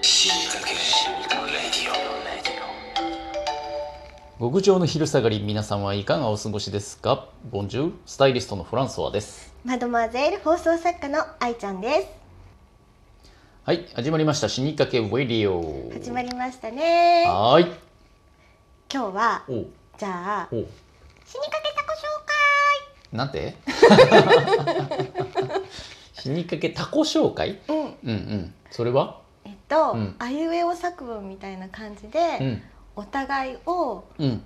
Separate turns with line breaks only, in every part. しいたけレディ
極上の昼下がり皆さんはいかがお過ごしですかボンジュールスタイリストのフランソワです
マドマゼール放送作家の愛ちゃんです
はい始まりました死にかけウェディオ
始まりましたね今
はーい
日は
おう
じゃあ
おう
死にかけタコ紹
なんて死にかけタコ紹介
介
う
うん
んうんそれは
えっと、
うん
あいうえお作文みたいな感じで、
うん
お互いを
うん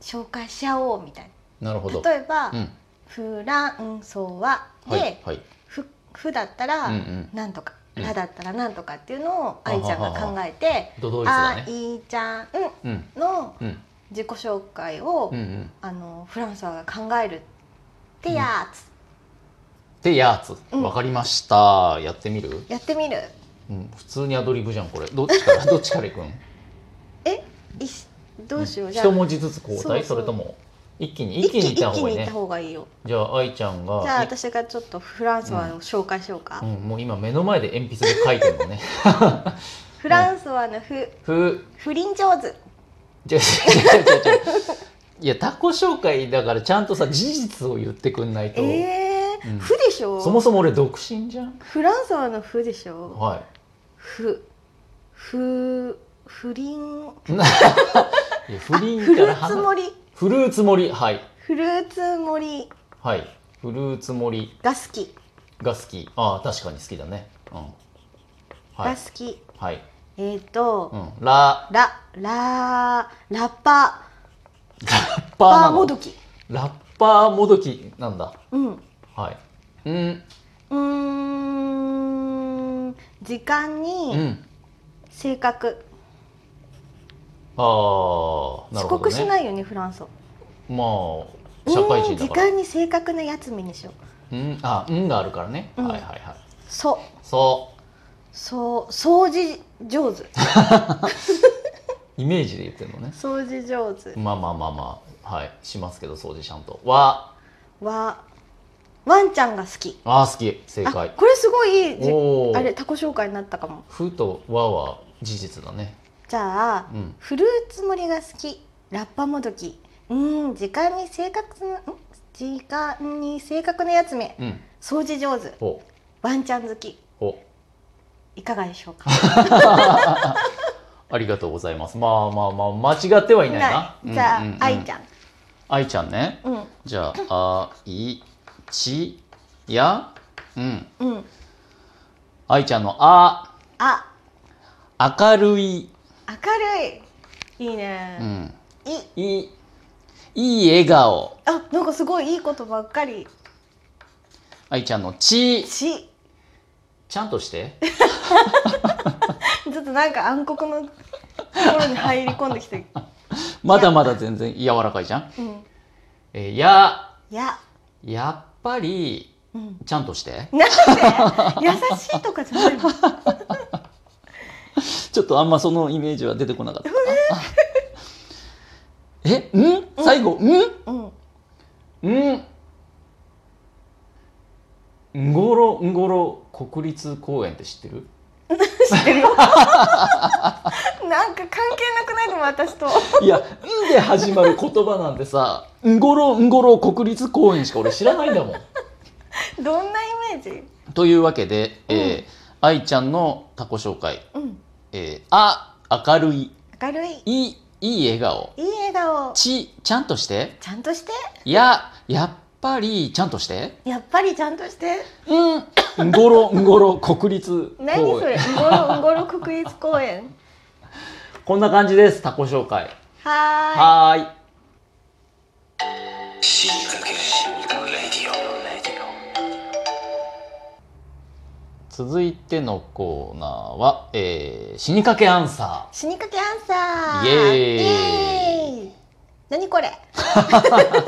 紹介し合おうみたい
なるほ
な
ど
例えば、
うん
フランソワで、
はいはい
ふふだったら、
うんうん
なんとか、
うん
らだったらなんとかっていうのを愛ちゃんが考えて
ドドイツだ
あ
ね
いちゃん
うん
の
うん
自己紹介を、
うんうん
あのフランソワが考えるってやつ、
でやーつ
うん
わかりましたやってみる
やってみる
うん普通にアドリブじゃんこれどっちから どっちからいくん
えいしどうしよう、
ん
じゃあ
一文字ずつ交代
そうそう
それとも一気に
一
一
気
気
に
にい
一
っ
気
た方がい
に
い
行っ
ね
た方がいいよ
じゃあ愛ちゃんが
じゃあ
い
私がちょっとフランソワを紹介しようか、
うん、もう今目の前で鉛筆で書いてるのね
フランソワの不
ふ
不倫上手
じゃ違う違う違う違ういやタコ紹介だからちゃんとさ事実を言ってくんないと、
えー
うん
不でしょ
そもそも俺独身じゃん
フランソワの不でしょ
は
不不不倫
いいや
あ
不倫から
フルーツ盛り
フルーツ盛りはい
フルーツ盛り
はいフルーツ盛り
が好き、
が好きああ確かに好きだねうんはい
が好き
はい、
えっ、ー、と、
うん、ラ
ラララッパ
ラッパー
パ
な
ーも
の
どき
ラッパーもどきなんだ
うん
はいうん
うーん時間
う
に
ん
性格、
ああな
遅
るほど、ね、
刻しないよねフランス
まあ社会人だから
うーん時間に正確なやつめにしよう
うん、あ、うんがあるからね。
うん
はいはいはい。
そ
そ
そう掃除上 手
う、イメージで言ってるのね。
掃除上手
まあまあまあまあ、はい、しますけど、掃除ちゃんと。わ、
はワンちゃんが好き
あー、好き、正
あ
解。
これすごいじ
おお。
あれタコ紹介になったかも
ふとわは事実だね。
じゃあ、
うん。
フルーツ盛りが好きラッパもどきうーん時間に正確なん時間に正確なやつめ
うん。
掃除上手
ほ
ワンちゃん好き
う、ほ
いかがでしょうか
う。ありがとうございます。まあまあまあ、間違ってはいないな。
じゃあ、
うんうんうん
愛ちゃん
愛ちゃんね。
うん
じゃあ、あいちや、うん。
うん
愛ちゃんのあ、
あ
明るい、
明るいいいうね、
ん。
い
いい、いい笑顔。
あなんかすごいいいことばっかり
愛ちゃんのち
ち
ちゃんとして
ちょっとなんか暗黒のところに入り込んでき て
まだまだ全然柔らかいじゃん、
うん
えーや
や
やっぱり
うん
ちゃんとして
なんで優しいとかじゃないの
ちょっとあんまそのイメージは出てこなかったえん最後ん
うん
んんごろんごろ国立公園って知ってる
知って るよなんか関係なくないでも私と
いや「ん」で始まる言葉なんてさ「んごろんごろ国立公園」しか俺知らないんだもん
どんなイメージ
というわけで、えー愛ちゃんのタコ紹介、
うん
えーあ明るい
明るいい
いいいい笑顔
い笑顔
ちちゃんとして
ちゃんとして
ややっぱりちゃんとして
やっぱりちゃんとして
うんんごろんごろ国立公園
何それうんごろうんごろ国立公園
こんな感じですタコ紹介
は
はーい
オしいたけレディオ
続いてのコーナーは、えー死にかけアンサ
ーい死にかけアンサー
イエーイ
イエーイ何これ
ー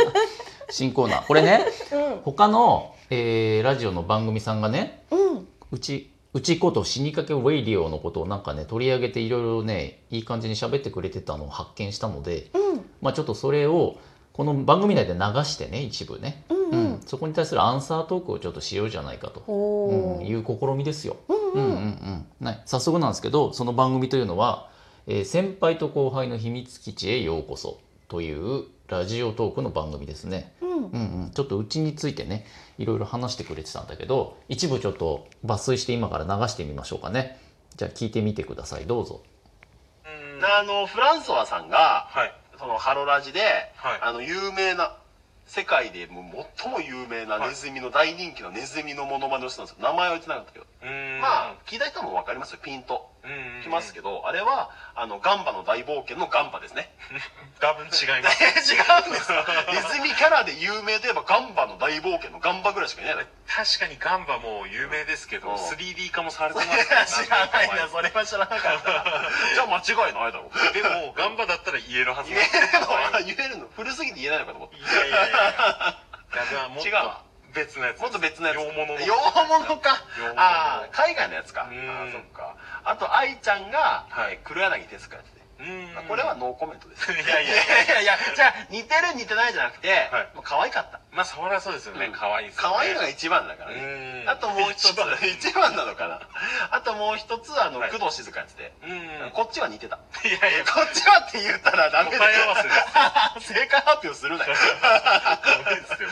新コーナーこれ ね
う
他の、えーラジオの番組さんがね
んうん
うちうちこと死にかけウェイリオのことをなんかね取り上げていろいろねいい感じに喋ってくれてたのを発見したので、
うん
まあ、ちょっとそれをこの番組内で流してね一部ね、
うんうん
そこに対するアンサートークをちょっとしようじゃないかと、
お
うん、い
ー
う試みですよ。
うん
うんうんうんはい、早速なんですけどその番組というのは、えー先輩と後輩の秘密基地へようこそ」というラジオトークの番組ですね。
うん
うんうん、ちょっとうちについてねいろいろ話してくれてたんだけど一部ちょっと抜粋して今から流してみましょうかねじゃあ聞いてみてくださいどうぞ
あのフランソワさんが
はい。
そのハロラジで、
はい
あの有名な世界でもう最も有名なネズミの大人気のネズミのモノマネをしてたんですよ名前は言ってなかったけど、
うーん
まあ聞いた人も分かりますよピンと
うん。
きますけど、あれはあのガンバの大冒険のガンバですね
多分違 い
違うん
ます。
ですネズミキャラで有名といえばガンバの大冒険のガンバぐらいしか いないね
確かにガンバも有名ですけど、
うん
3D 化もされてますから
知らないな それは知らなかった じゃあ間違いないだろう
でも、ガンバだったら言えるはず
言えるの
はい
言えるの古すぎて言えないのかと思って
いやいやいやいや。だからもっ
違うわ
と別のやつ。
もっと別のやつ
洋物の。
洋物か
洋物の
ああ海外のやつかあ
うん
ーそっかあと愛ちゃんが、
はい
えー黒柳徹子やってて
うーん。
これは。ノーコメントです
いやいやいや。
いやいやじゃあ似てる似てないじゃなくて、
はい
もう可愛かった
まあ、そりゃそうですよ
う
ね
ん。
可愛いですよね。
可愛いのが一番だからね
うん。
あともう一つ
一番
一番な のかなあともう一つあの、
はい
工藤静香やってて、
うん。いやい
こっちは似てたこ
や、
っちはって言ったらダメだよ
答え合わせです。
正解発表するなよ
ダメですよ。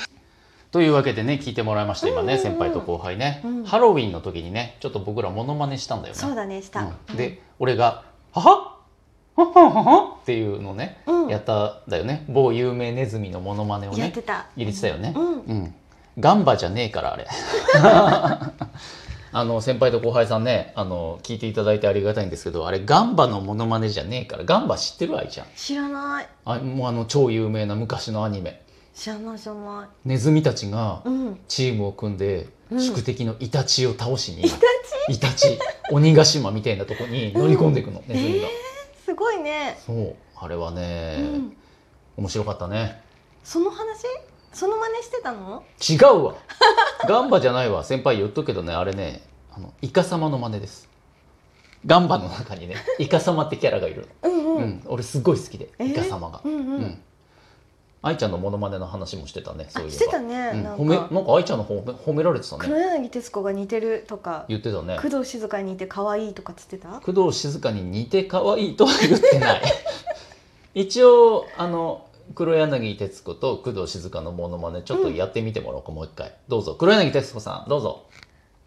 というわけでね聞いてもらいました今ね、
うんうんうん
先輩と後輩ね、
うん
ハロウィンの時にねちょっと僕らモノマネしたんだよね
そうだねした、
うんで俺が「ははははははっていうのをね、
うん
やったんだよね某有名ネズミのモノマネを
やっ
ね
てた
入れてたよね、
うん
うん、ガンバじゃねえからあ れあの先輩と後輩さんねあの聞いていただいてありがたいんですけどあれガンバのモノマネじゃねえからガンバ知ってる愛ちゃん
知らない
あもうあの超有名な昔のアニメ
知らない知らな
ネズミたちが
いうん
チームを組んで、
うん
宿敵のイタチを倒しに
イタチ
イタチ鬼ヶ島みたいなとこに乗り込んでいくの、ネズミが、
すごいね、
そうあれはね、
うん
面白かったね
その話その真似してたの
違う わガンバじゃないわ先輩言っとくけどねあれねあのイカ様の真似ですガンバの中 にねイカ様ってキャラがいる
うん
の、
う、
うんん、俺すごい好きで、
えー
イカ様が
う、んうん
うん愛ちゃんのモノマネの話もしてたね
あ
そういえば
してたね、
うん
なん
褒め
か
なんか愛ちゃんの方褒め褒められてた
黒
ね
柳徹子が似てるとか
言ってたね
工藤静香に似て可愛いとかっつってた
工藤静香に似て可愛いとは言ってない一応あの黒柳徹子と工藤静香のモノマネちょっとやってみてもらおうか、もう一回どうぞ黒柳徹子さんどうぞ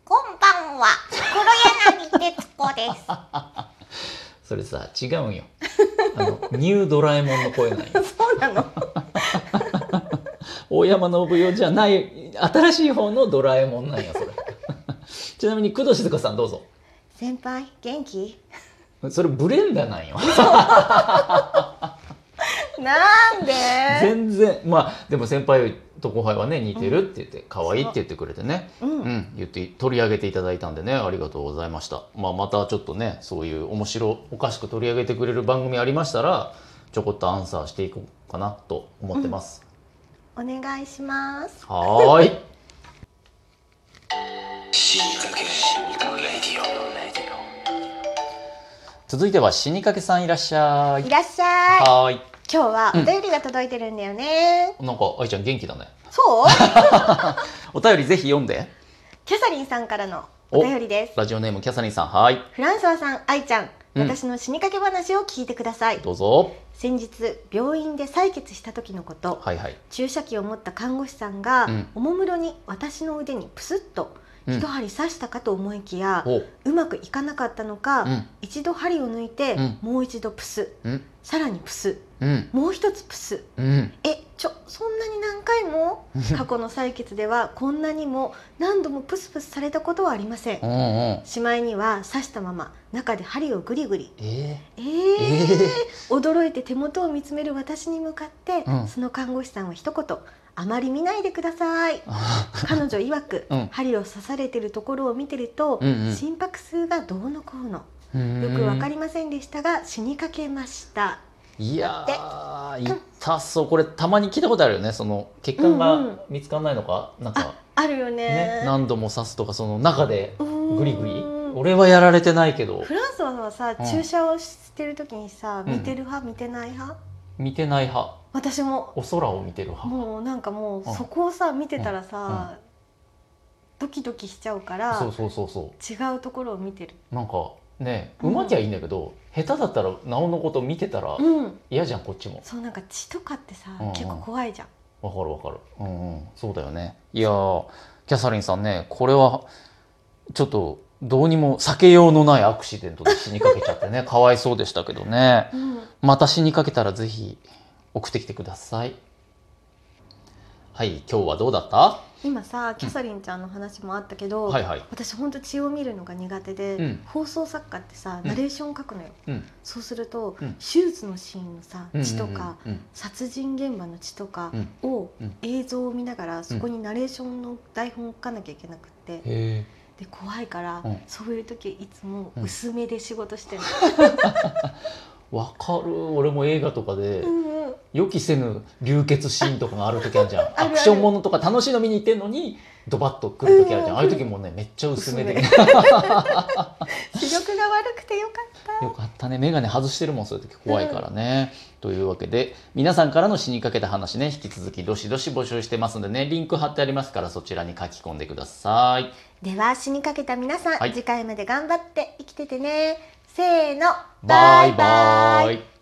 こんばんは、黒柳徹子です。
それさ違うんよあのニュードラえもんの声なんよ
そうなの
大山信代じゃない新しい方のドラえもんなんやそれちなみに工藤静香さんどうぞ
先輩元気
それブレンダなんよ
なんで
全然まあでも先輩と後輩はね似てるって言って、可愛いって言ってくれてね
うん、
うん、言って取り上げていただいたんでねありがとうございました、まあ、またちょっとねそういう面白おかしく取り上げてくれる番組ありましたらちょこっとアンサーしていこうかなと思ってます、
お願いします
はーい
死にかける死にかけレディオレディオ
続いては死にかけさんいらっしゃい
いらっしゃい
はーい
今日は
うん
お便りが届いてるんだよね、
なんか愛ちゃん元気だね
そう
お便りぜひ読んで
キャサリンさんからのお便りです
ラジオネームキャサリンさんはーい
フランソワさん愛ちゃん
うん
私の死にかけ話を聞いてください、
どうぞ
先日病院で採血した時のこと
はいはい
注射器を持った看護師さんが、
うん
おもむろに私の腕にプスッと
うん
一針刺したかと思いきや、
おう
うまくいかなかったのか、
うん
一度針を抜いて、
うん
もう一度プス
うん
さらにプス
うん
もう一つプス
うん
えちょそんなに何回も過去の採血ではこんなにも何度もプスプスされたことはありません
うんうん
しまいには刺したまま中で針をぐりぐり
え
え
ー、
ー
えー、
驚いて手元を見つめる私に向かって、
うん
その看護師さんは一言「あまり見ないでくださ い」彼女曰く、
うん
針を刺されてるところを見てると、
うんうん
心拍数がどうのこうの
よ
よくわかりませんでしたが死にかけました
いやー痛そうこれたまに聞いたことあるよねその血管
うんうん
が見つからないのか、なんか
あるよね
ね何度も刺すとかその中で
うーん
グリグリ俺はやられてないけど
フランスはさ
うん
注射をしてる時にさ、
うん
見てる派見てない派
見てない派
私も
お空を見てる派
もうなんかもう
うん
そこをさ見てたらさ、ドキドキしちゃうから
そうそうそうそ
違うところを見てる
うなんかねうまきゃいいんだけど、下手だったらなおのこと見てたら
うん
嫌じゃんこっちも
そうなんか血とかってさ、
うんうん
結構怖いじゃん
わかるわかるうんうんそうだよねいやーキャサリンさんねこれはちょっとどうにも避けようのないアクシデントで死にかけちゃ ってねかわいそうでしたけどね
うん
また死にかけたらぜひ送ってきてくださいはい今日はどうだった
今さキャサリンちゃんの話もあったけど、
はいはい
私ほんと血を見るのが苦手で、
うん
放送作家ってさ
うん
ナレーション書くのよ、
うん
そうすると、
うん
手術のシーンのさ
うんうんうん
血とか、
うん
殺人現場の血とかを
うん
映像を見ながらそこにナレーションの台本を書かなきゃいけなくって
へえ
で怖いから
うん
そういう時いつも
うん
薄めで仕事してる
わかる俺も映画とかで、
うんうん
予期せぬ流血シーンとかがある時あるじゃん
ある
アクションものとか楽しいの見に行ってんのにドバッと来る時あるじゃん、
うん
ああいう時もねめっちゃ薄めでよ
視力が悪くてよかっ
かったね眼鏡外してるもんそういう時怖いからね、というわけで皆さんからの死にかけた話ね引き続きどしどし募集してますんでねリンク貼ってありますからそちらに書き込んでください
たでは死にかけた皆さん、
はい
次回まで頑張って生きててねせーの
バイバイ